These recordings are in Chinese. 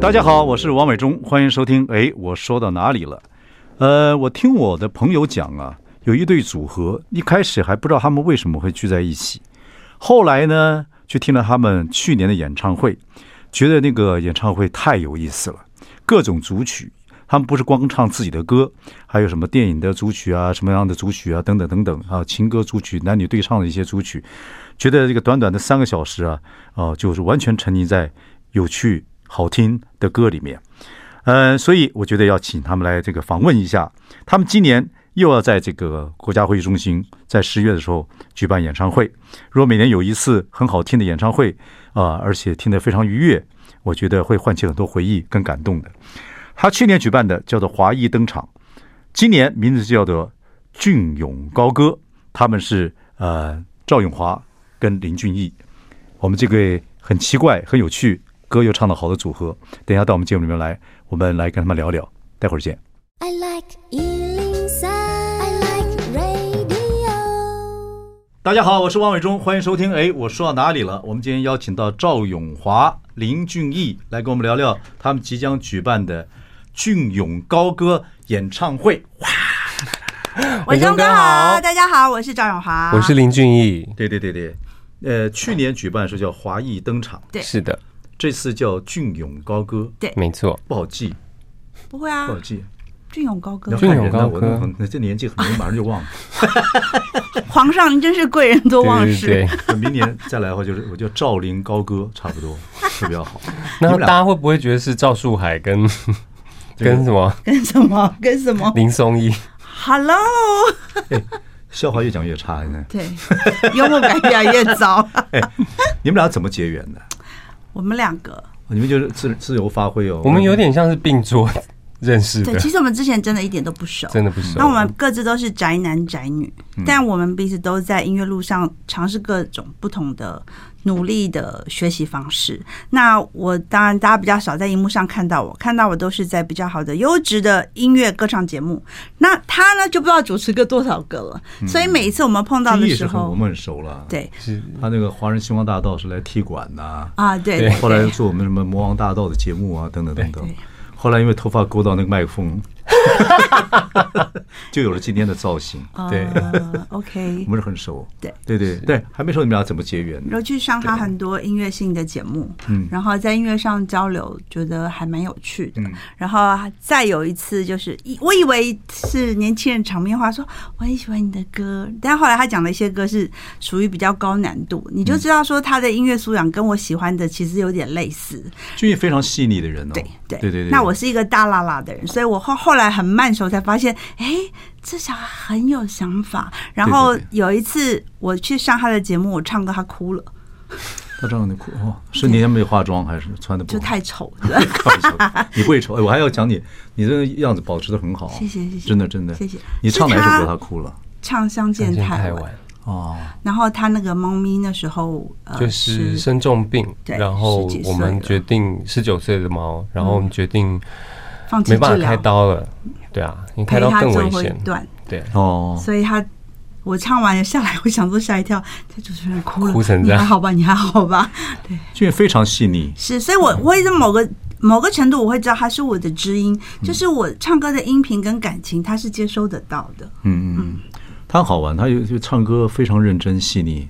大家好，我是王伟忠，欢迎收听。哎，我说到哪里了？呃，我听我的朋友讲啊，有一对组合，一开始还不知道他们为什么会聚在一起，后来呢，去听了他们去年的演唱会，觉得那个演唱会太有意思了，各种组曲，他们不是光唱自己的歌，还有什么电影的组曲啊，什么样的组曲啊，等等等等啊，情歌组曲、男女对唱的一些组曲，觉得这个短短的三个小时啊，啊，就是完全沉溺在有趣、好听的歌里面。嗯，所以我觉得要请他们来这个访问一下。他们今年又要在这个国家会议中心，在十月的时候举办演唱会。如果每年有一次很好听的演唱会啊、而且听得非常愉悦，我觉得会唤起很多回忆跟感动的。他去年举办的叫做华裔登场，今年名字就叫做俊勇高歌。他们是呃赵咏华跟林俊逸，我们这个很奇怪、很有趣、歌又唱得好的组合，等一下到我们节目里面来，我们来跟他们聊聊。待会儿见。 I like Ealing Sound. I like radio. 大家好，我是王伟忠，欢迎收听。哎，我说到哪里了？我们今天邀请到赵咏华、林俊逸来跟我们聊聊他们即将举办的俊勇高歌演唱会。伟忠哥哥好好，大家好，我是赵永华，我是林俊逸。对对对对，呃，去年举办是叫华裔登场，对是的，这次叫俊勇高歌，没错。不好记，不会啊不，好记。俊勇高歌你要，俊看勇人呢高我歌那这年纪很 容易马上就忘了。皇上您真是贵人多忘对对 事，对， 那明年再来的话，就是我就赵林高歌差不多，特别好。那们俩大家会不会觉得是赵树海跟跟什么跟什么跟什么林松一？ ？Hello，笑话越讲越差，现在。对，幽默感越来越糟。你们俩怎么结缘的？哦我们两个，你们就是自自由发挥哦。我们有点像是并桌认识对，的，其实我们之前真的一点都不熟，真的不熟那。我们各自都是宅男宅女，嗯但我们彼此都在音乐路上尝试各种不同的努力的学习方式。那我当然大家比较少在荧幕上看到我，看到我都是在比较好的优质的音乐歌唱节目。那他呢就不知道主持歌多少个了，所以每一次我们碰到第的一时嗯是很我候，们很熟了。，对是他那个华人星光大道是来踢馆呐，啊对对对后来对做我们什么魔王大道的节目啊，等等等等对。后来因为头发勾到那个麦克风， 就有了今天的造型。对呃 OK 我。们是很熟。对对对对，还没说你们俩怎么结缘的。然后去上他很多音乐性的节目，嗯然后在音乐上交流，觉得还蛮有趣的。嗯然后再有一次就是，以我以为是年轻人场面话，说我很喜欢你的歌，但后来他讲的一些歌是属于比较高难度，你嗯就知道说他的音乐素养跟我喜欢的其实有点类似。俊逸非常细腻的人哦。对哦对对对对。那我是一个大啦啦的人，所以我后后来很慢熟才发现，哎，这小孩很有想法。然后对对有一次我去上他的节目，我唱歌他哭了，他这样的哭哦，是你还没化妆还是穿的不就好？ 太丑了。开玩笑的，你不会丑，哎我还要讲你，你这个样子保持的很好，谢谢谢谢真的真的，谢谢你唱哪一是首他歌他哭了？唱《相见相见太太晚晚》，，哦，然后他那个猫咪那时候呃就是生重病，对然后十几岁我们决定十九岁的猫，然后我们决定放弃没办治法疗，开刀了，对啊，你开陪刀他更最危后一险，段，对，哦，所以他我唱完下来，我想说吓一跳，这主持人哭了，哭成这你样还好吧？你还好吧？俊逸非常细腻，是，所以嗯我我也在某个某个程度，我会知道他是我的知音，就是嗯我唱歌的音频跟感情，他是接收得到的。嗯嗯嗯，他很好玩，他有就唱歌非常认真细腻，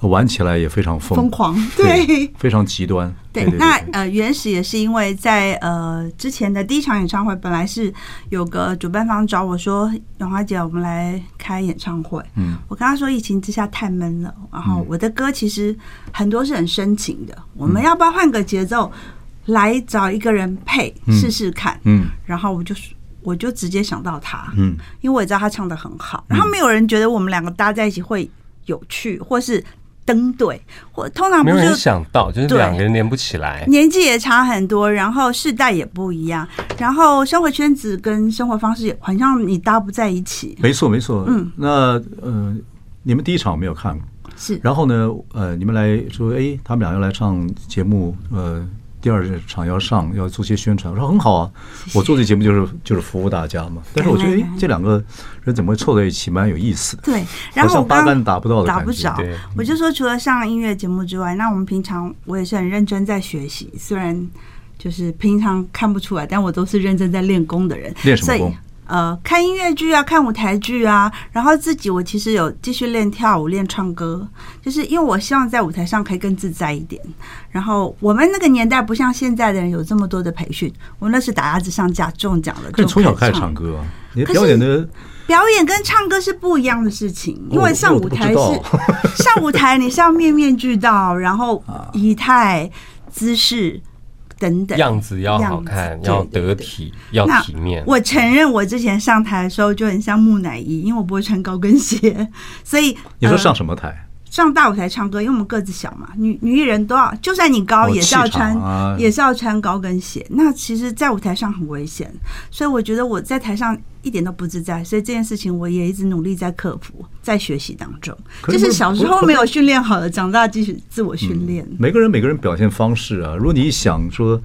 玩起来也非常疯疯，狂，对对，非常极端，对，那呃，原始也是因为在呃之前的第一场演唱会，本来是有个主办方找我说，永华姐，我们来开演唱会。嗯，我跟他说，疫情之下太闷了，然后我的歌其实很多是很深情的，我们要不要换个节奏，来找一个人配试试看？嗯然后我就我就直接想到他，嗯，因为我也知道他唱的很好，然后没有人觉得我们两个搭在一起会有趣，或是登对，或通常没不有人是想到，就是对两个人连不起来。年纪也差很多，然后世代也不一样，然后生活圈子跟生活方式也好像你搭不在一起，没错没错。嗯，那呃，你们第一场我没有看过，是然后呢，呃，你们来说，哎，他们俩要来上节目，呃，第二场要上，要做些宣传。我说很好啊，我做这节目就是 就是服务大家嘛。但是我觉得，当然哎，这两个人怎么会凑在一起，蛮有意思的。对。然后好我像八刚竿子打不到的打感不觉。嗯着对，我就说除了上音乐节目之外，那我们平常我也是很认真在学习，虽然就是平常看不出来，但我都是认真在练功的人。练什么所以功呃，看音乐剧啊，看舞台剧啊，然后自己我其实有继续练跳舞、练唱歌，就是因为我希望在舞台上可以更自在一点。然后我们那个年代不像现在的人有这么多的培训，我那是打鸭子上架中奖了，可就是你从小开始唱唱歌啊，你的可是表演的表演跟唱歌是不一样的事情，哦因为上舞台我我都是 上舞台，你是要面面俱到，然后仪态、姿势等等样子要好样看，子要对对得体，要那体面。我承认，我之前上台的时候就很像木乃伊，因为我不会穿高跟鞋，所以你说呃上什么台？上大舞台唱歌，因为我们个子小嘛，女女艺人都要，就算你高哦也是要气场穿，啊也是要穿高跟鞋。那其实，在舞台上很危险，所以我觉得我在台上一点都不自在，所以这件事情我也一直努力在克服，在学习当中。可就是是小时候不嗯没有训练好的，长大继续自我训练。每个人每个人表现方式啊，如果你想说。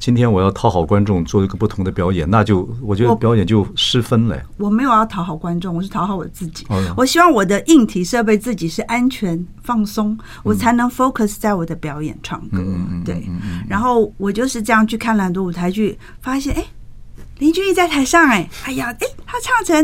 今天我要讨好观众，做一个不同的表演，那就我觉得我表演就失分了。我没有要讨好观众，我是讨好我自己好的。我希望我的硬体设备自己是安全放松，我才能 focus 在我的表演唱嗯歌嗯嗯嗯嗯。对，然后我就是这样去看了很多舞台剧，发现哎，林俊逸在台上哎，哎呀哎，他唱成。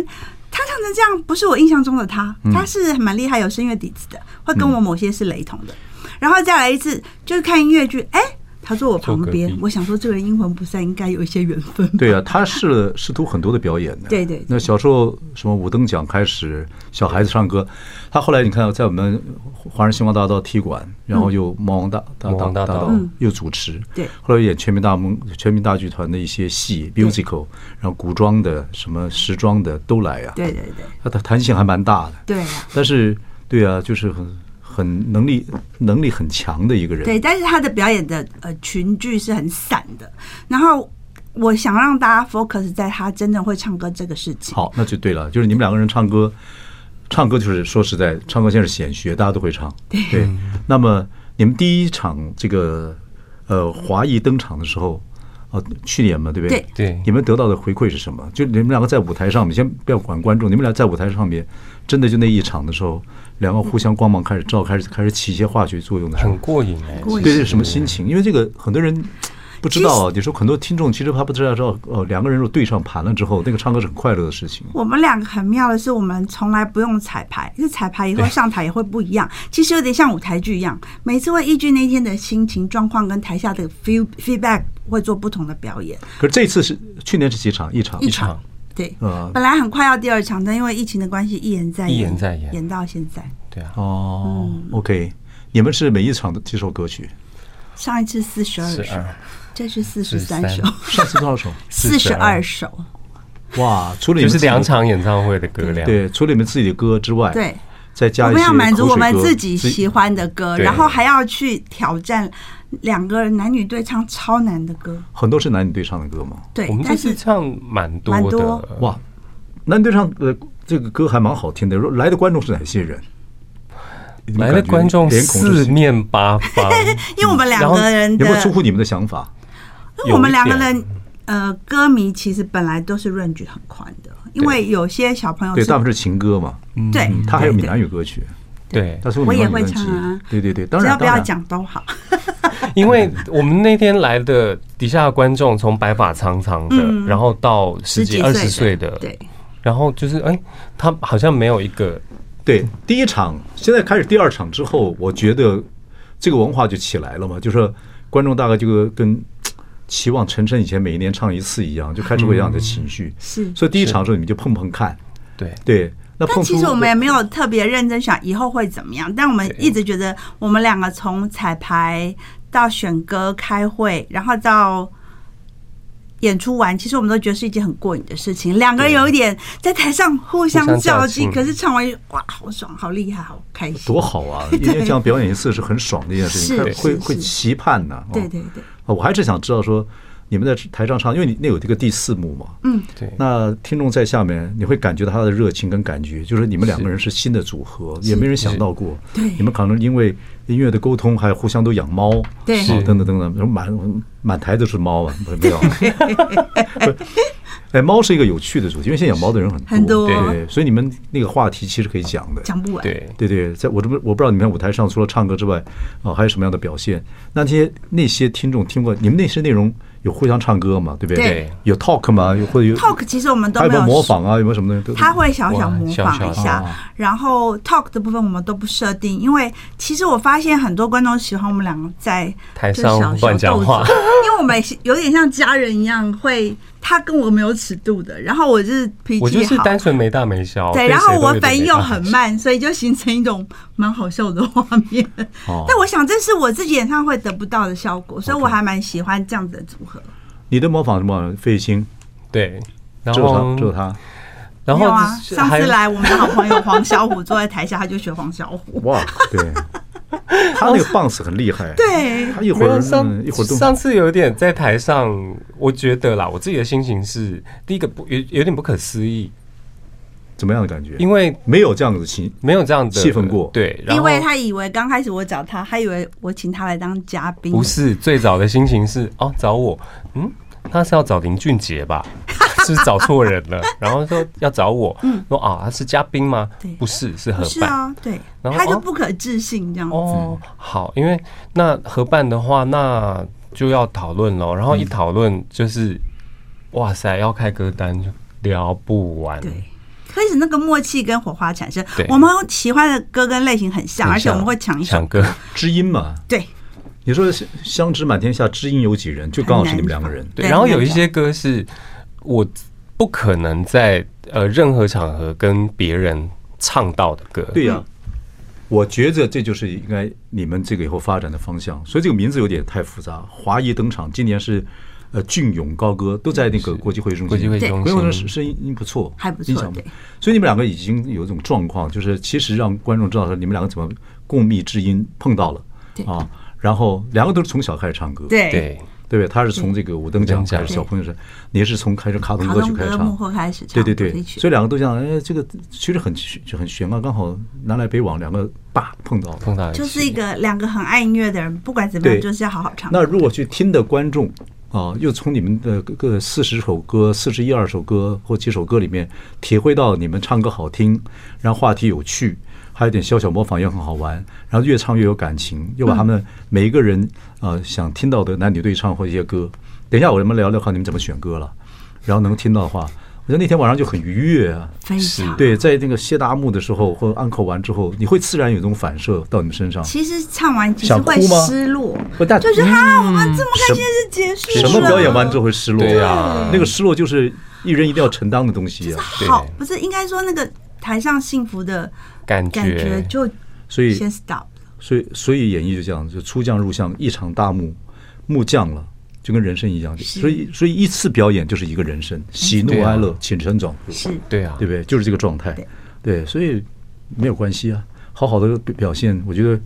他唱成这样，不是我印象中的他，嗯他是蛮厉害，有声乐底子的，会跟我某些是雷同的。然后再来一次，就是看音乐剧，哎，他坐我旁坐隔边壁，我想说这个人阴魂不散，应该有一些缘分吧。 对啊，他试了试图很多的表演的。对对对那小时候什么五等奖开始，小孩子唱歌，他后来你看在我们华人星光大道踢馆，然后又猫王大大猫王大大道道又主持，嗯对后来演全民大梦全民大剧团的一些戏 musical，然后古装的什么时装的都来啊。对对对他的弹性还蛮大的。对啊！但是，对啊，就是很很能力能力很强的一个人。对，但是他的表演的呃群剧是很散的，然后我想让大家 focus 在他真的会唱歌这个事情。好，那就对了，就是你们两个人唱歌，唱歌就是说实在，唱歌现在是显学，大家都会唱。对，那么你们第一场这个呃华裔登场的时候。呃，去年嘛，对不对？对对你们得到的回馈是什么？就你们两个在舞台上面，先不要管观众，你们俩在舞台上面，真的就那一场的时候，两个互相光芒开始照，开始开始起一些化学作用的时候，很过瘾哎，过瘾对这是什么心情？因为这个很多人不知道啊，你说很多听众其实他不知道，知道哦，两个人如果对上盘了之后，那个唱歌是很快乐的事情。我们两个很妙的是，我们从来不用彩排，因为彩排以后上台也会不一样。其实有点像舞台剧一样，每次会依据那天的心情状况跟台下的 feel feedback 会做不同的表演。可是这次是去年是几场？一场，一场场，对，啊本来很快要第二场，但因为疫情的关系，一延再一延再延延到现在。对啊，哦，OK，你嗯们是每一场的几首歌曲？上一次四十二十首，二这是四十三43首，上次多 少首？四十二首。哇，除了你们就是自己两，场演唱会的歌量。，对，除了你们自己的歌之外，对，再加我一们些要满足口水我们歌自己喜欢的歌，对然后还要去挑战两个男女对唱超难的歌。很多是男女对唱的歌嘛。对我们，这但次是唱蛮多蛮的多，哇，男女对唱呃这个歌还蛮好听的。如来的观众是哪些人？你们来的感觉观众脸孔四是面八 方，因为我们两个人有的嗯没有，出乎你们的想法？因为我们两个有一人呃，歌迷其实本来都是 range 很宽的，因为有些小朋友对，哦是大部分是情歌嘛，对嗯，他还有对闽南语歌曲，对，他是闽我也南语会专辑唱啊对对对，对当只然要不要，当然讲都好。因为我们那天来的底下的观众，从白发苍苍的，然后到十嗯几几二十岁岁的，对，然后就是哎，他好像没有一个对第一场，现在开始第二场之后，我觉得这个文化就起来了嘛，就是观众大概就跟期望陈升以前每一年唱一次一样，就开始会有这样的情绪。嗯是所以第一场的时候你们就碰碰看，对对，那碰但其实出我们也没有特别认真想以后会怎么样，但我们一直觉得我们两个从彩排到选歌、开会，然后到演出完，其实我们都觉得是一件很过瘾的事情。两个人有一点在台上互互相相较较劲，劲可是唱完就哇，好爽，好厉害，好开心，多好 啊！因为这样表演一次是很爽的一件事情，是会会是会是期盼呢、哦对对对，啊，我还是想知道说，你们在台上唱，因为你那有这个第四幕嘛，嗯， 对，那听众在下面，你会感觉到他的热情跟感觉，就是你们两个人是新的组合，也没人想到过。对你们可能因为音乐的沟通，还互相都养猫，对啊是等等等等，然后满满台都是猫啊，不 是没有。 哎，猫是一个有趣的主题，因为现在养猫的人很多，很多对，所以你们那个话题其实可以讲的。讲不完。对，对对，在我这边我不知道你们舞台上除了唱歌之外，啊、还有什么样的表现？那些那些听众听过你们那些内容有互相唱歌吗？对不对？对有 talk 吗？有或者有 Talk 其实我们都还有没没有有模仿啊？有没有什么东西都？他会小小模哇小仿一小下哦，然后 talk 的部分我们都不设定，因为其实我发现很多观众喜欢我们两个在台就是小上乱讲话小斗 嘴因为我们有点像家人一样，会他跟我没有尺度的，然后我就是脾我就气是好。单纯没大没小，对，谁然后都我有点反应没又大很没小，慢，所以就形成一种蛮好笑的画面。哦 但我想这是我自己演唱会得不到的效果，所以我还蛮喜欢这样子的组合。你的模仿什么？费玉清，对，然只有他，后只有他。然没后有啊，是上还次来我们的好朋友黄小虎坐在台下，他就学黄小虎。哇，对， 他那个 bounce 很厉害。，对，他一会没儿有上嗯一会儿动，上次有点在台上，我觉得啦，我自己的心情是第一个不有有点不可思议，怎么样的感觉？因为没有这样子的情，没有这样的气氛过对，然因后为他嗯以为刚开始我找他，他以为我请他来当嘉宾，不是最早的心情是哦找我，嗯，他是要找林俊杰吧？ 是找错人 了，然后说要找我，说啊他是嘉宾吗嗯对？不是，是合不是办。啊，对，然后他就哦不可置信这样子。哦，嗯好，因为那合办的话，那就要讨论喽。然后嗯一讨论就是，哇塞，要开歌单就聊不完。对，开始那个默契跟火花产生对，我们喜欢的歌跟类型很像，很而且我像们会抢一首抢。歌，知音嘛。对，你说相相知满天下，知音有几人？就刚好是你们两个人。对。对然后有很一难些歌是我不可能在呃任何场合跟别人唱到的歌。对嗯呀、我觉着这就是应该你们这个以后发展的方向。所以这个名字有点太复杂。华谊登场，今年是呃俊勇高歌都在那个国际会议中心，国际会对中国际会议中心心声音不错，还不错音响对所以你们两个已经有一种状况，就是其实让观众知道说你们两个怎么共觅知音碰到了对啊。然后两个都是从小开始唱歌，对，对对不对？他是从这个五等奖五等奖开始，小朋友是，你是从开始卡通卡歌曲通开始歌唱幕，后开始对唱对主对题，曲所以两个都想，哎，这个其实很悬就很悬啊，刚好南来北往，两个吧碰到了。碰到一起就是一个两个很爱音乐的人，不管怎么样，对就是要好好唱。那如果去听的观众啊，又从你们的各个四十首歌、四十一二首歌或几首歌里面，体会到你们唱歌好听，然后话题有趣，还有点小小模仿也很好玩，然后越唱越有感情，又嗯把他们每一个人呃想听到的男女对唱或一些歌，等一下我们聊聊看你们怎么选歌了，然后能听到的话，我觉得那天晚上就很愉悦啊。非常。对，在那个谢大幕的时候或安扣完之后，你会自然有一种反射到你们身上。其实唱完其实想哭会吗失落，不但就是啊，我们这么什开心是啊结束什了，么表演完之后会失落？对啊那个失落就是艺人一定要承担的东西啊。对好，不是应该说那个台上幸福的感感觉觉，就所以，先 stop。所以，所以演绎就这样，就出将入相，一场大幕，幕降了，就跟人生一样。所以，所以一次表演就是一个人生，喜怒对啊哀乐，起承转合，是对啊，对不对？就是这个状态对。对，所以没有关系啊，好好的表现，我觉得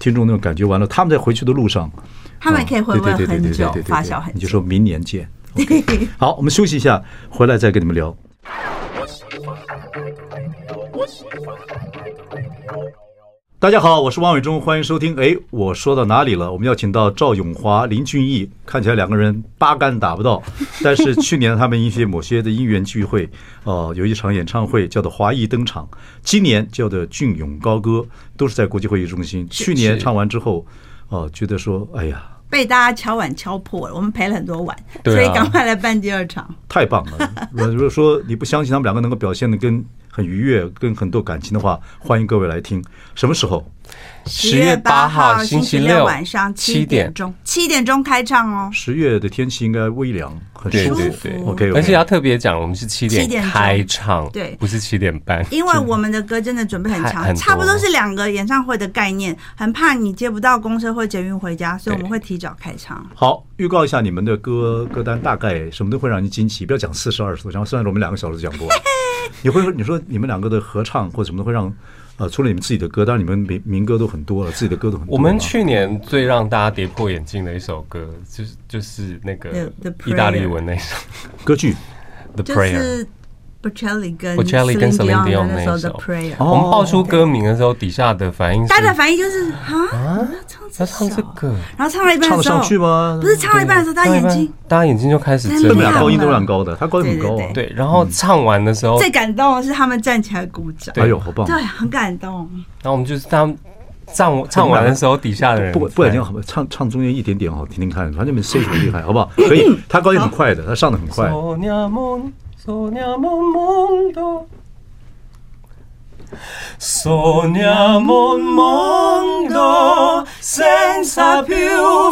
听众那种感觉完了，他们在回去的路上，他们可以回味啊对对对对很对对久对对，对发酵很你就久。说明年见。OK 好，我们休息一下，回来再跟你们聊。大家好，我是王伟忠，欢迎收听。哎，我说到哪里了？我们要请到赵永华、林俊逸，看起来两个人八竿打不 到，但是去年他们一些某些的因缘聚会，哦、有一场演唱会叫做《华谊登场》，今年叫做《俊勇高歌》，都是在国际会议中心。去年唱完之后，哦、觉得说，哎呀，被大家敲碗敲破了，我们赔了很多碗，对啊所以赶快来办第二场。 太棒了！如果说你不相信他们两个能够表现的跟很愉悦，跟很多感情的话，欢迎各位来听。什么时候？ 10月8号星星期期六六晚上七七点点钟，七点钟开唱哦。十月的天气应该微凉，很对舒服对舒服对 OK，OK 而且要特别讲，我们是七7点点钟开唱，对不是七点半，因为我们的歌真的准备很太长，很多差不多是两个演唱会的概念，很怕你接不到公车或捷运回家，所以我们对会提早开场。好，预告一下你们的歌歌单，大概什么都会让你惊奇。不要讲四十二十，然后虽然我们两个小时讲 过，你会说你说你们两个的合唱或者什么都会让，呃，除了你们自己的歌，当然你们民民歌都很多了，自己的歌都很多了。我们去年最让大家跌破眼镜的一首歌，就是就是那个 The- The 意大利文那一首歌剧， 《The 就 Prayer》。是 Bocelli 跟 Bocelli 跟 Celine Celine Dion Dion 的那时候那一首的 Prayer，、哦我们报出歌名的时候，底下的反应是大家的反应就是啊，你要唱要这首唱这个，然后唱到一半唱得的时候，上去吗不？是唱到一半的时候，大家眼睛，大家眼睛就开始他睁们俩大高音都蛮高的，他高音很高啊。啊对对，然后唱完的时候，最感动的是他们站起来鼓掌，对哎呦，好棒！对，很感动。然后我们就是他们唱唱完的时候，底下的人不不小心好吧，唱唱中间一点点哦，听听看，反正你们 C 很厉 害，好不好？可以，他高音很快的，他上的很快。索尼亚蒙，索尼亚蒙蒙多，索尼亚蒙蒙多，senza più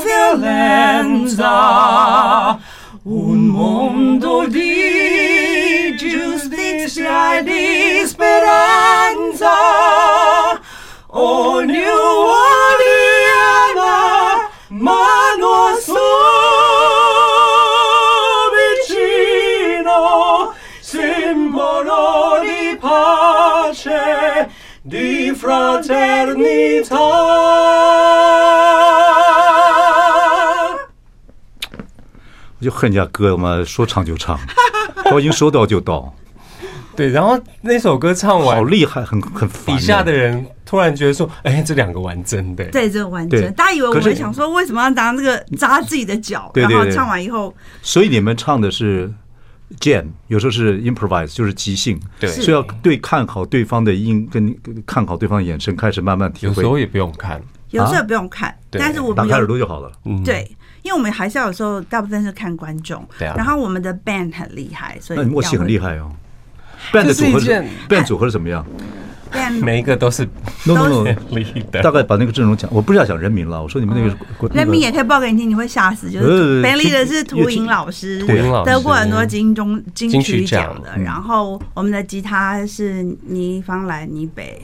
violenza。Un mondo di giustizia e di speranza, ogni uomo mano a suo vicino, simbolo di pace, di fraternità. 我就恨人家歌嘛，说唱就 唱，高音说到就到，对，然后那首歌唱好完，厉害，很很烦欸。底下的人突然觉得说：“哎、这两个玩真的、对，这个完对整。大家以为我可们是想说，为什么要拿那个扎自己的脚？对对对然后唱完以后，所以你们唱的是 jam，有时候是 improvise，就是即兴，对所以要对看好对方的音，跟跟看好对方的眼神，开始慢慢体有会时，候也不用看，有时候也不用看，对但是我啊打们开有耳朵就好了。嗯，，对，因为我们还是要有时候大部分是看观众，对啊然后我们的 band 很厉害，所以那你默契很厉害害哦。band 的组合这是一件，band 组合是怎么样，band 每一个都是 ？No No 很 No，厉的。大概把那个阵容讲，我不是要讲人名了，我说你们那哦个国人那民个也可以报给你听，你会吓死。就呃是 band 里的是因涂为莹老师，涂莹老师嗯得过很多金钟金金曲曲奖奖的。嗯然后我们的吉他是倪方来、倪北，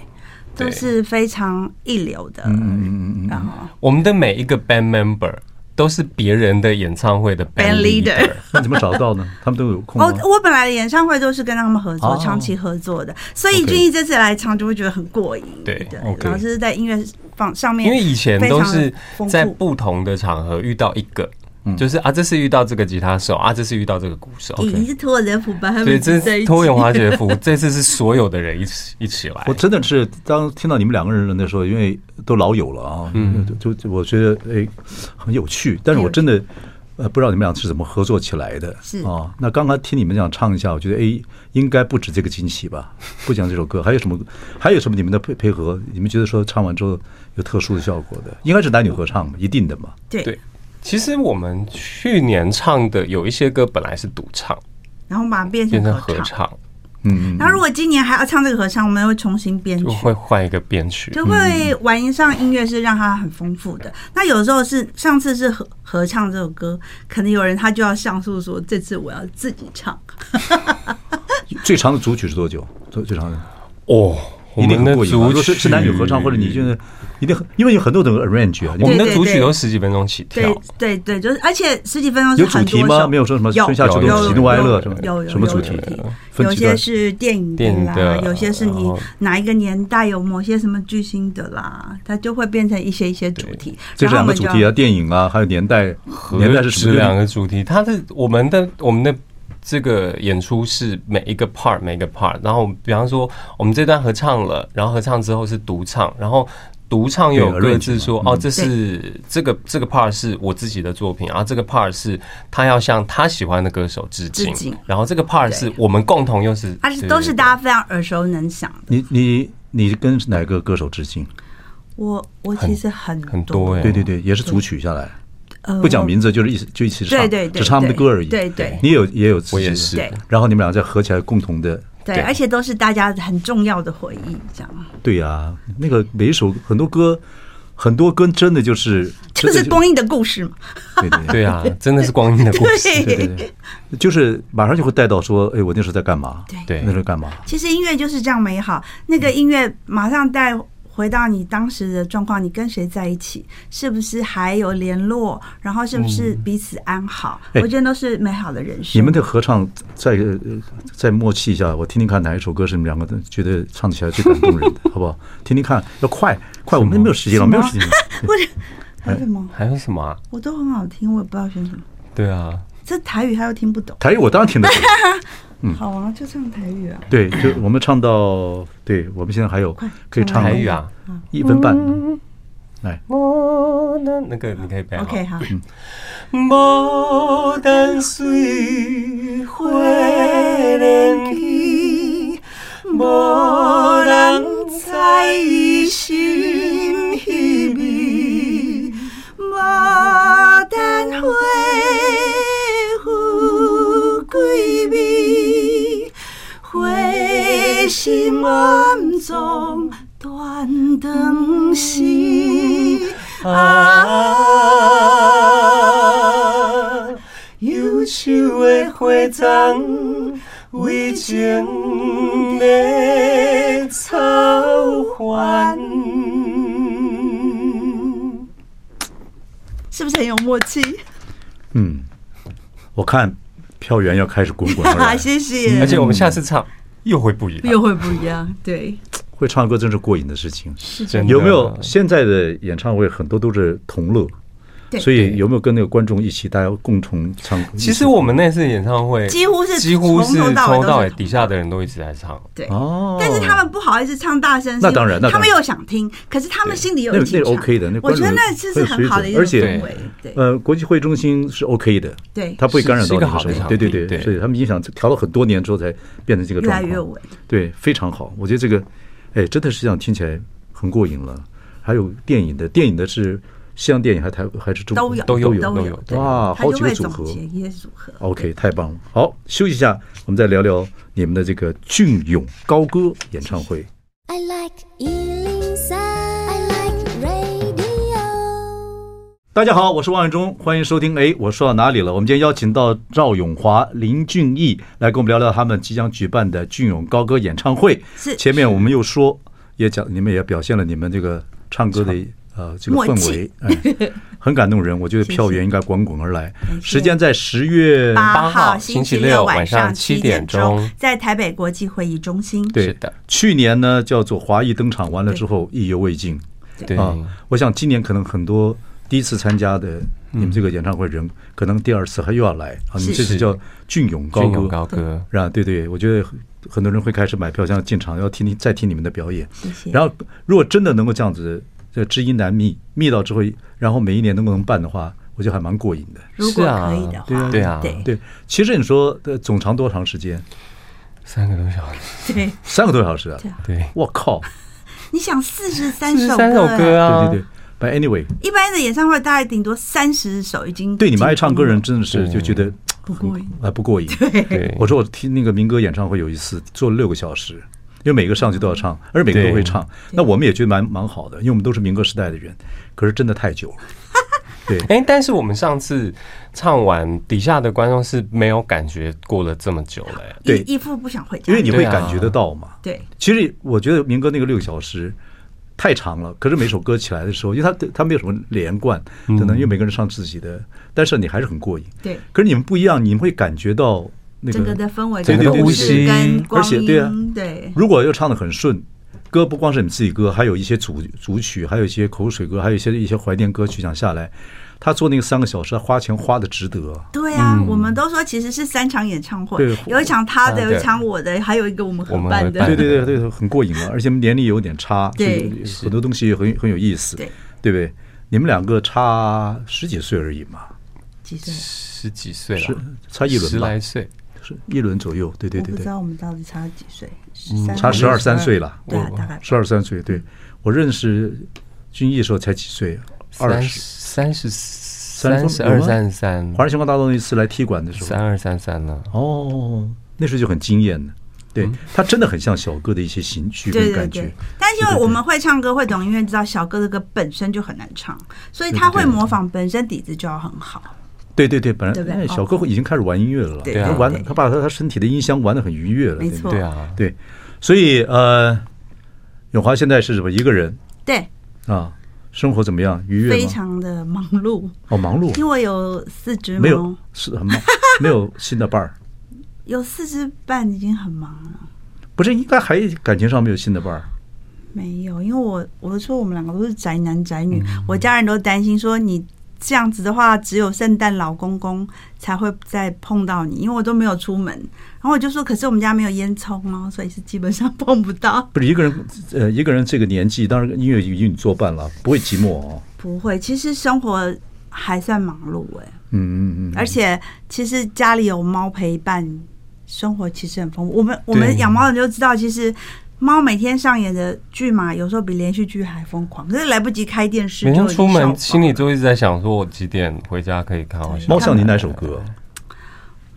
对都是非常一流的。嗯嗯嗯嗯然嗯，后我们的每一个 band member 都是别人的演唱会的 band Band leader leader。 那怎么找到 呢？他们都有空啊吗哦，？我本来的演唱会都是跟他们合作，哦长期合作的，所以 OK 俊逸这次来唱就会觉得很过瘾。对对 OK 老师在音乐放上面，因为以前都非是在常丰富不同的场合遇到一个，嗯就是啊，这是遇到这个吉他手，啊，这是遇到这个鼓手。已经是托人福吧，他对，们这在一是起拖延滑 雪服，这次是所有的人一起一起来我。真的是当听到你们两个人的时候，因为都老友了啊，嗯，就就我觉得哎很有趣，但是我真的呃不知道你们俩是怎么合作起来的，嗯是啊。那刚刚听你们讲唱一下，我觉得哎应该不止这个惊喜吧， 不讲这首歌，还有什么还有什么你们的配配合，你们觉得说唱完之后有特殊的效果的，应该是男女合唱嘛，一定的嘛，对对，，其实我们去年唱的有一些歌本来是独唱，然后把它变变成成嗯合合唱。唱，嗯，然后如果今年还要唱这个合唱，我们会重新编曲就。会嗯换一个编曲。嗯就会玩上音乐是让它很丰富的。那有时候是上次是合合唱这首歌，可能有人他就要上诉说这次我要自己唱，最长的组曲是多久？最最长的。哦，我一定们很的过瘾吧。如主果曲是是男女合唱，或者你就是一定很，因为有很多种 arrange 啊，你我们的对对主曲对都十几分钟起跳对，对对，就是，而且十几分钟是有主很多题吗首没有说什么有春夏秋冬有有喜怒哀乐有什么有有什么有主题分有区段些是电影的电影啦的，哦有些是然你后哪一个年代有某些什么巨星的啦，它就会变成一些一些主题。这然是后两个我们主就题要啊，电影啊，还有年代，年代是什么？两个主题，它是我们的我们的这个演出是每一个 part 每一个 part，然后比方说我们这段合唱了，然后合唱之后是独唱，然后。独唱又有对各 arrange 自说嘛嗯哦，这是这个这个 part 是我自己的作品，然啊后这个 part 是他要向他喜欢的歌手致致敬敬，然后这个 part 是对我们共同又是，它是都是大家非常耳熟能详的。你你你跟哪个歌手致敬？哦我我其实很很多哎，对对对，也是组曲下来，呃欸不讲名字，就是一起就一起唱，对对对只唱他们的歌而已。对对你有也有自己我也的是对然后你们俩再合起来共同的对，对而且都是大家很重要的回忆，这样对呀、那个每一首很多歌，很多歌真的就是就是光阴的故事嘛。对对对，对啊， 真的是光阴的故事，对对对对就是马上就会带到说，哎，我那时候在干嘛？对对那时候干嘛？其实音乐就是这样美好，那个音乐马上带回到你当时的状况，你跟谁在一起，是不是还有联络，然后是不是彼此安好？嗯哎我觉得都是美好的人生。你们的合唱再呃再默契一下，我听听看哪一首歌是你们两个觉得唱起来最感动人的，好不 好？听听看，要快快，我们没有时间了，什么没有时间了。不是还有什么？还有什么啊？我都很好听，我也不知道选什么。对啊，这台语他又听不懂，台语我当然听得懂，嗯好啊，就唱台语啊。对，就我们唱到，对我们现在还有可以唱台语嗯啊，一分半，来，牡丹那个你可以哎背好。啊 OK，好，牡丹水花连枝，无人知伊心稀微。牡丹花富贵味，花心暗藏断肠丝。啊，ah, 忧愁的花丛，为嗯情的草原。是不是很有默契？嗯，我看票源要开始滚滚哈啊而哈， 来，谢谢而。且我们下次唱又会不一样，又会不一样，对，会唱歌真是过瘾的事情。是真的有没有现在的演唱会很多都是同乐？对所以有没有跟那个观众一起，大家共同唱？其实我们那次演唱会几乎是几乎是从头从到尾都头是到尾，同底下的人都一直在唱。对。哦，但是他们不好意思唱大声，那是当然那当然他们又想听，可是他们心里有那一起那唱 OK 的那我觉观得众那这是很有很好水准的一种而且氛围，对呃，国际会议中心是 OK 的，对，它不会干扰是到一个你好的生场活。对对地对，对所以他们影响调了很多年之后才变成这个越状来况。越稳。对，非常好，我觉得这个，哎，真的是这样听起来很过瘾了。还有电影的，电影的是西洋电影还台还是中都有都有都有有对哇，他好就几个会组总合哦结。一些组合。 OK，太棒了。好，休息一下，我们再聊聊你们的这个俊勇高歌演唱会。 I like Ealing Sound. I like radio. 大家好，我是王永忠，欢迎收听。哎，我说到哪里了？我们今天邀请到赵永华、林俊逸来跟我们聊聊他们即将举办的俊勇高歌演唱会。是前面我们又说，也讲你们也表现了你们这个唱歌的呃这个默氛围契，哎很感动人。我觉得票源应该滚滚而 来。谢时间在十月八八号号星星期六六晚上上七点点钟，在台北国际会议中心。对是的去年呢叫做华裔登场完了之后意犹未尽对，啊，我想今年可能很多第一次参加的你们这个演唱会人，可能第二次还又要来啊。你们这次嗯是叫俊勇高俊歌勇，高歌，啊，对对，我觉得很很多人会开始买票，想要进场，要听听再听你们的表演。谢谢。然后，如果真的能够这样子，这知音难觅，觅到之后，然后每一年能够能办的话，我觉得还蛮过瘾的。如果是啊可以的对啊话，对啊对对，其实你说的总长多长时间？三个多小时，对，三个多小时啊对！啊对，我靠！你想四十三是首三首歌啊，啊，对对对。But anyway，一般的演唱会大概顶多三十首已经。对你们爱唱歌人真的是嗯对就觉得不过瘾啊不过 瘾。对我说我听那个民歌演唱会有一次做了六个小时，因为每个上去都要唱，而且每个都会唱。那我们也觉得蛮蛮好的，因为我们都是民歌时代的人，可是真的太久了。对，哎、但是我们上次唱完，底下的观众是没有感觉过了这么久了、哎对一一副不想回家。因为你会对啊感觉得到嘛。对其实我觉得民歌那个六个小时太长了，可是每首歌起来的时候，因为它它没有什么连贯，等嗯等，因为每个人唱自己的，但是你还是很过瘾。对。可是你们不一样，你们会感觉到那整个个的氛围、对跟对对故对事跟光而且对啊阴，对如果又唱的很顺，歌不光是你自己歌，还有一些主主曲，还有一些口水歌，还有一些一些怀念歌曲，想下来，他做那个三个小时，他花钱花的值得。对啊，我们都说其实是三场演唱会对，有一场他的，他的有一场我的，还有一个我们合办我们对合的办。对对对，很过瘾啊！而且年龄有点差，对所以很多东西很很有意思，对，对不对？你们两个差十几岁而已嘛，几岁？十几岁是了，差一轮十吧，来岁，是一轮左右，对对我对不知对，道我们到底差几岁，13差十二三岁了，对啊我，大概十二三岁。对我认识俊逸的时候才几岁，二三十十。三三十十三十有吗二三十三华，人星光大道那次来踢馆的时候，三二三三了，哦，那时候就很惊艳的。对，它真的很像小哥的一些行剧嗯对跟对感觉对。，但是因为我们会唱歌、会懂音乐，知道小哥的歌本身就很难唱，所以他会模仿，本身底子就要很好。对对对，本来对不对哎哦小哥已经开始玩音乐了啦，对对他对玩对他把他他身体的音箱玩的很愉悦了，没对不错对对啊，对，所以呃，永华现在是什么一个人对，啊？生活怎么样？愉悦吗？非常的忙碌，哦，忙碌因为我有四只没有猫，是很忙，没有新的伴儿， 有四只半已经很忙了。不是应该还感情上没有新的伴儿？没有，因为我我说我们两个都是宅男宅女，我家人都担心说你这样子的话，只有圣诞老公公才会再碰到你，因为我都没有出门。然后我就说，可是我们家没有烟囱哦，所以是基本上碰不到。不是一个人，呃，一个人这个年纪，当然音乐与你作伴了，不会寂寞哦。 不会，其实生活还算忙碌哎、嗯嗯嗯，而且其实家里有猫陪伴，生活其实很丰富。我们我们养猫的就知道，其实猫每天上演的剧嘛，有时候比连续剧还疯狂，可是来不及开电视就每已经天出上门网心里就一直在想，说我几点回家可以看好猫小像你哪首歌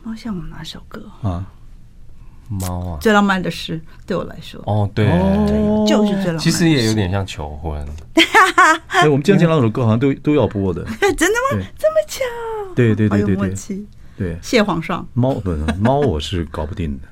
猫像我哪首歌？啊？猫啊？最浪漫的事对我来说，哦，对，就是最浪漫的事。其实也有点像求婚，哎，我们今天这两首歌好像都都要播 的，哎真的吗对？这么巧？对对好对有对默对契。对。谢皇上，猫不猫，我是搞不定的，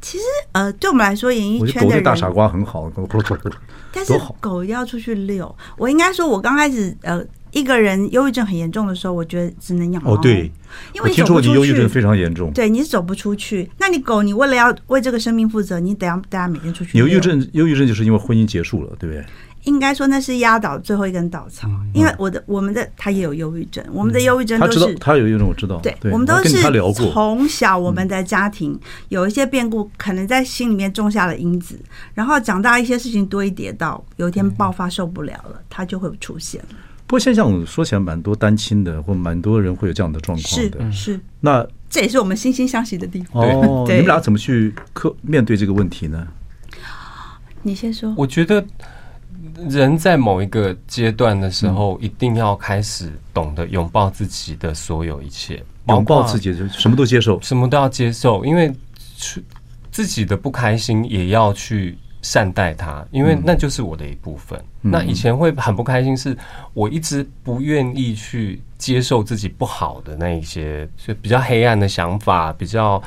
其实呃，对我们来说，演艺我觉得圈狗的这人，大傻瓜很好， 但是多好。狗要出去遛。我应该说，我刚开始呃，一个人忧郁症很严重的时候，我觉得只能养猫。哦，对，因我为你听说走不你出忧郁症去。非常严重，对，你是走不出去。那你狗，你为了要为这个生命负责，你得要大家每天出去。你忧郁，症，忧郁症就是因为婚姻结束了，对不对？应该说那是压倒最后一根稻草。嗯因为我的我们的他也有忧郁症，我们的忧郁症他嗯都知道是，他有一种我知道，对，我们我都跟是他聊过，嗯从小我们的家庭有一些变故，可能在心里面种下了因子，然后长大一些事情堆叠到有一天嗯爆发受不了了，它就会出现。不过现象说起来蛮多单亲的，或蛮多人会有这样的状况是的。是，那这也是我们惺惺相惜的地方。哦，你对们俩怎么去克面对这个问题呢？你先说，我觉得人在某一个阶段的时候，一定要开始懂得拥抱自己的所有一切，拥包抱括自己，什么都接受。什么都要接受，因为去自己的不开心也要去善待它，因为那就是我的一部分。嗯那以前会很不开心，是我一直不愿意去接受自己不好的那一些，就比较黑暗的想法，比较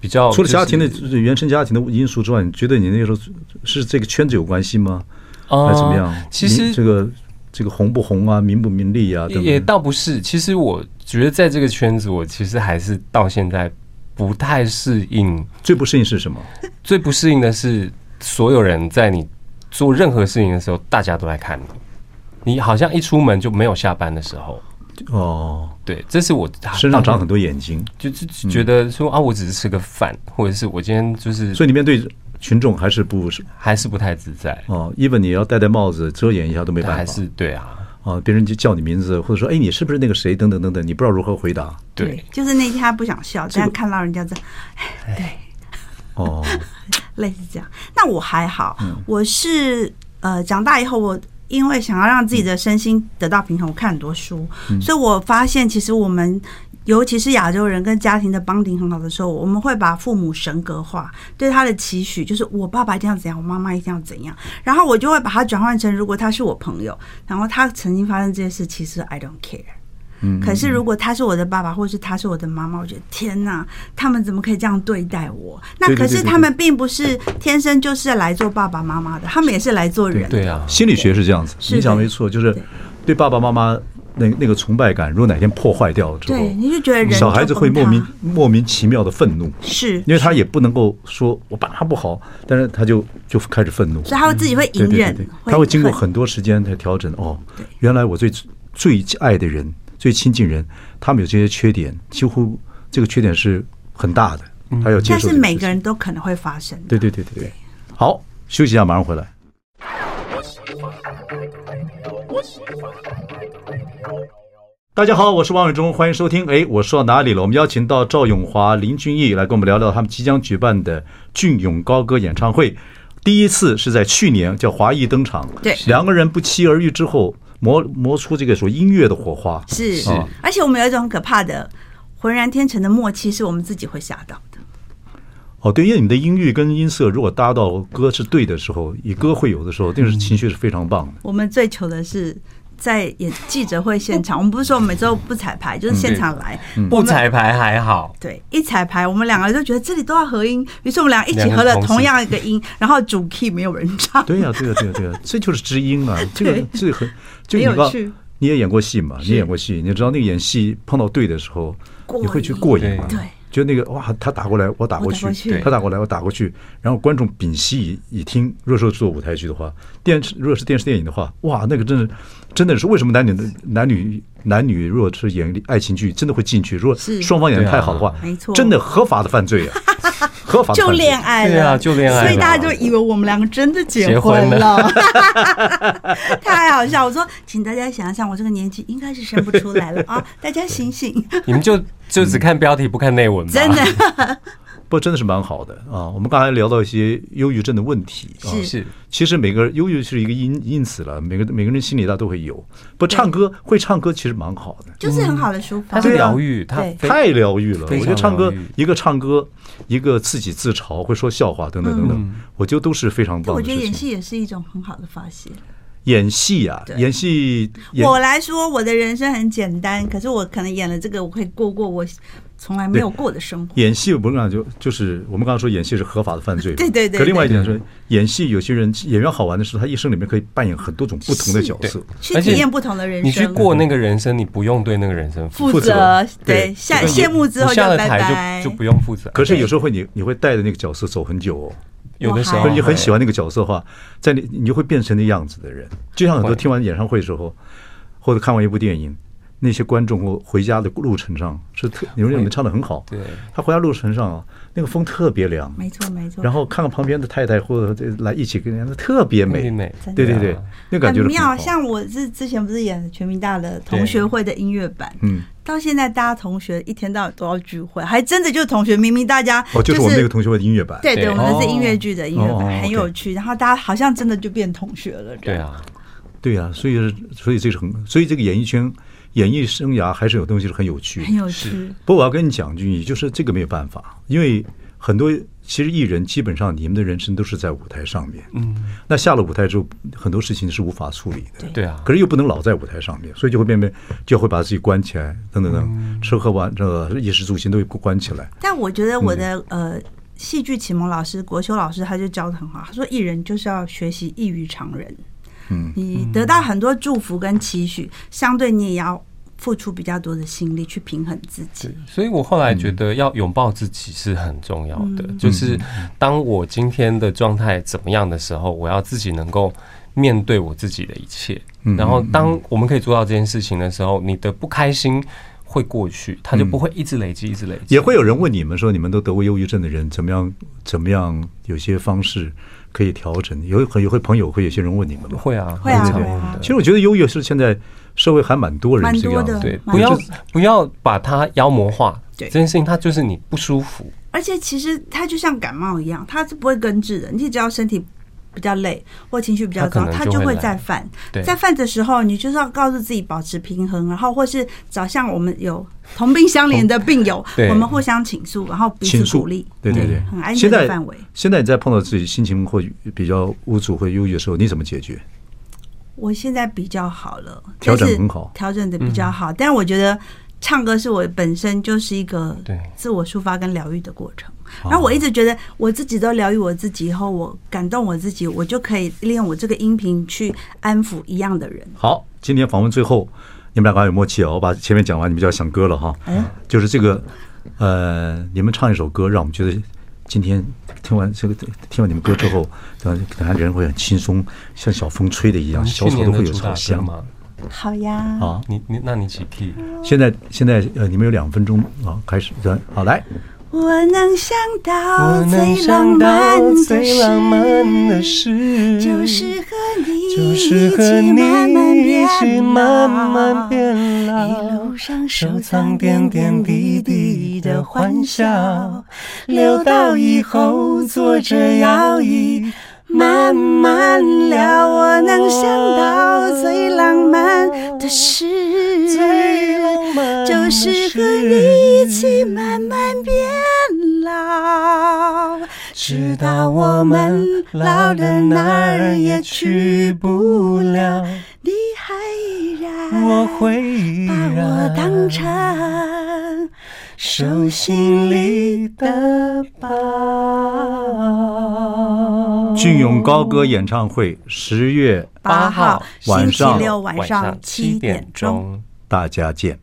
比较、除了家庭的哦就是原生家庭的因素之外，你觉得你那时候是这个圈子有关系吗？还呃是怎么样？其你实这个这个红不红啊，名不名利啊，等也等。倒不是，其实我觉得在这个圈子，我其实还是到现在不太适应。最不适应是什么？最不适应的是，所有人在你做任何事情的时候，大家都在看你，你好像一出门就没有下班的时候。哦，对，这是我身上长很多眼睛，就就就嗯觉得说啊，我只是吃个饭，或者是我今天就是所以你面对群众还是不还是不太自在，哦，even 你要戴戴帽子遮掩一下都没还办法是对啊，啊，别人就叫你名字，或者说哎你是不是那个谁等等等等，你不知道如何回答对，就是那天他不想笑，个但看到人家这样哦。类似这样。那我还好，嗯我是呃长大以后我。因为想要让自己的身心得到平衡，我看很多书，嗯所以我发现其实我们，尤其是亚洲人跟家庭的绑定很好的时候，我们会把父母神格化，对他的期许就是我爸爸一定要怎样，我妈妈一定要怎样，然后我就会把它转换成，如果他是我朋友，然后他曾经发生这些事，其实 I don't care。可嗯是如果他是我的爸爸，或是他是我的妈妈，我觉得天哪，他们怎么可以这样对待我？那对对可对是对他们并不是天生就是来做爸爸妈妈的，他们也是来做人的。对啊，心理学是这样子，是的你讲没错，就是对对爸爸妈妈那那个崇拜感，如果哪天破坏掉了之对，后，你就觉得人小孩子会就崩莫塌名莫名其妙的愤怒，是，因为他也不能够说我爸妈不好，但是他就就开始愤怒，所以他会自己会对隐对对忍对，，会他会经过恨很多时间才调整。哦，原来我最最爱的人、最亲近人，他们有这些缺点，几乎这个缺点是很大的，他要接但受。是每个人都可能会发生的。对对对对对。好，休息一下，马上回来。大家好，我是王伟忠，欢迎收听。哎，我说到哪里了？我们邀请到赵永华、林俊逸来跟我们聊聊他们即将举办的俊勇高歌演唱会。第一次是在去年叫华谊登场，对两个人不期而遇之后，磨磨出这个所谓音乐的火花。是是而且我们有一种很可怕的浑然天成的默契，是我们自己会吓到的。哦，对，因为你的音域跟音色如果搭到歌是对的时候，以歌会友的时候，那个是情绪是非常棒的。我们追求的是在演记者会现场，我们不是说我们每周不彩排，嗯就是现场来。不彩排还好，对，一彩排，我们两个就觉得这里都要合音，于是我们俩一起合了两个同同时样一个音，然后主 key 没有人 唱，对呀、对呀、对呀、对呀、这就是知音啊！这个对这个很，就很你有刚趣你也演过戏嘛？你也演过戏，你知道那个演戏碰到对的时候，过你会去瘾过瘾嘛？对，就那个哇，他打过来，我打过我打过去，去他打过来，我打过去，然后观众屏息以以听。若说做舞台剧的话，电视如果是电视电影的话，哇，那个真的真的是为什么男女的男女男女如果是演爱情剧，真的会进去。如果是双方演的太好的话，对啊没错真的合法的犯罪啊，合法的 就犯罪恋爱了，对啊就恋爱了所以大家就以为我们两个真的结结婚了， 太好笑！我说，请大家想想，我这个年纪应该是生不出 来了啊，大家醒醒，你们就就嗯只看标题不看内文吧，真的。不真的是蛮好的啊。我们刚才聊到一些忧郁症的问题啊，是是其实每个忧郁是一个因因子了，每个每个人心里大都会有。不唱歌会唱歌其实蛮好的，就是很好的抒发它。是对啊疗愈，它对非太疗愈了。我非常觉得唱歌疗愈一个唱歌，一个自己自嘲，会说笑话等等等等，我觉得都是非常棒嗯我的觉得事演情。戏也是一种很好的发泄。演戏啊，对演戏演我来说，我的人生很简单，可是我可能演了这个，我会过过我从来没有过的生活。演戏不是讲就就是我们刚刚说演戏是合法的犯罪嘛，对对对可另外一对点是，演戏有些人演员好玩的是，他一生里面可以扮演很多种不同的是角色。去而且体验不同的人生，你去过那个人生，你不用对那个人生负责，负负责责，对，对下对谢幕之后我就下了拜台拜，就就不用负责。可是有时候会你你会带着那个角色走很久哦。有的时候可是你很喜欢那个角色的话，在你你就会变成那样子的人。就像很多会听完演唱会之嗯后，或者看完一部电影，那些观众或回家的路程上是特，你们你们唱的很好，对他回家路程上啊，那个风特别凉，没错没错。然后看看旁边的太太或者这来一起跟人家特别特美别美真对的对对，那感觉很是妙，好像我是之前不是演了全民大的同对学会的音乐版，嗯，到现在大家同学一天到晚都要聚会，还真的就是同学，明明大家哦，就是我们那个同学会的音乐版，对对，对我们的是音乐剧的音乐哦哦哦版，很有 OK 趣。然后大家好像真的就变同学了，这对样。啊，对呀、所以是所以这是很，所以这个演艺圈、演艺生涯还是有东西是很有趣的很。有趣。不过我要跟你讲，俊逸，就是这个没有办法，因为很多其实艺人基本上你们的人生都是在舞台上面，嗯，那下了舞台之后，很多事情是无法处理的，对啊可是又不能老在舞台上面，所以就会变变，就会把自己关起来，等等等，吃喝玩乐、衣食住行都会关起来。但我觉得嗯我的呃戏剧启蒙老师国修老师他就教的很好，他说艺人就是要学习异于常人，嗯，你得到很多祝福跟期许，相对你也要付出比较多的心力去平衡自己。所以我后来觉得要拥抱自己是很重要的，就是当我今天的状态怎么样的时候，我要自己能够面对我自己的一切。然后，当我们可以做到这件事情的时候，你的不开心会过去，它就不会一直累积，一直累积。也会有人问你们说，你们都得过忧郁症的人，怎么样？怎么样？有些方式可以调整？有很有会朋友会有些人问你们吗？会啊，会啊很常会问啊的其实我觉得忧郁是现在社会还蛮多人蛮这个样多子的，对，蛮不要多不要把它妖魔化。对这件事情它就是你不舒服，而且其实它就像感冒一样，它是不会根治的。你只要身体比较累或情绪比较糟，它它可就能就会会来再犯。对再犯的时候，你就是要告诉自己保持平衡，然后或是找像我们有同病相怜的病友，对我们互相倾诉，然后彼倾此诉鼓励。嗯对对对，很安全现的在范围现在你在碰到自己心情或比较无助或忧郁的时候，你怎么解决？我现在比较好了，调整但是很好调整的比较嗯好。但我觉得唱歌是我本身就是一个对哦自我抒发跟疗愈的过程。然后我一直觉得我自己都疗愈我自己以后，我感动我自己，我就可以利用我这个音频去安抚一样的人。好，今天访问最后，你们两个还有默契哦。我把前面讲完，你们就要想歌了哈。嗯就是这个，呃，你们唱一首歌，让我们觉得今天听完这个听完你们歌之后，等下等下人会很轻松，像小风吹的一样，小去草嗯年都的会有主打草歌香嘛。好呀，啊。你你那你起 key，现在现在呃，你们有两分钟啊，开始好来。哦我能想到最浪漫的事，事就是和你就是和一起你慢慢一变起慢慢老变一老路，上收收藏藏点点点点滴滴滴滴的的欢欢笑笑，留留到到以以后后坐坐着着摇摇椅椅慢慢慢慢聊。聊我我能能想想到到最最浪浪漫漫的的事事，就是和你一起慢慢变老。直到我们老的哪儿也去不了，你还依然我会依把然我当成手心里的宝。俊勇高歌演唱会十月八号晚上星期六晚晚上上七七点点钟。钟。大家见。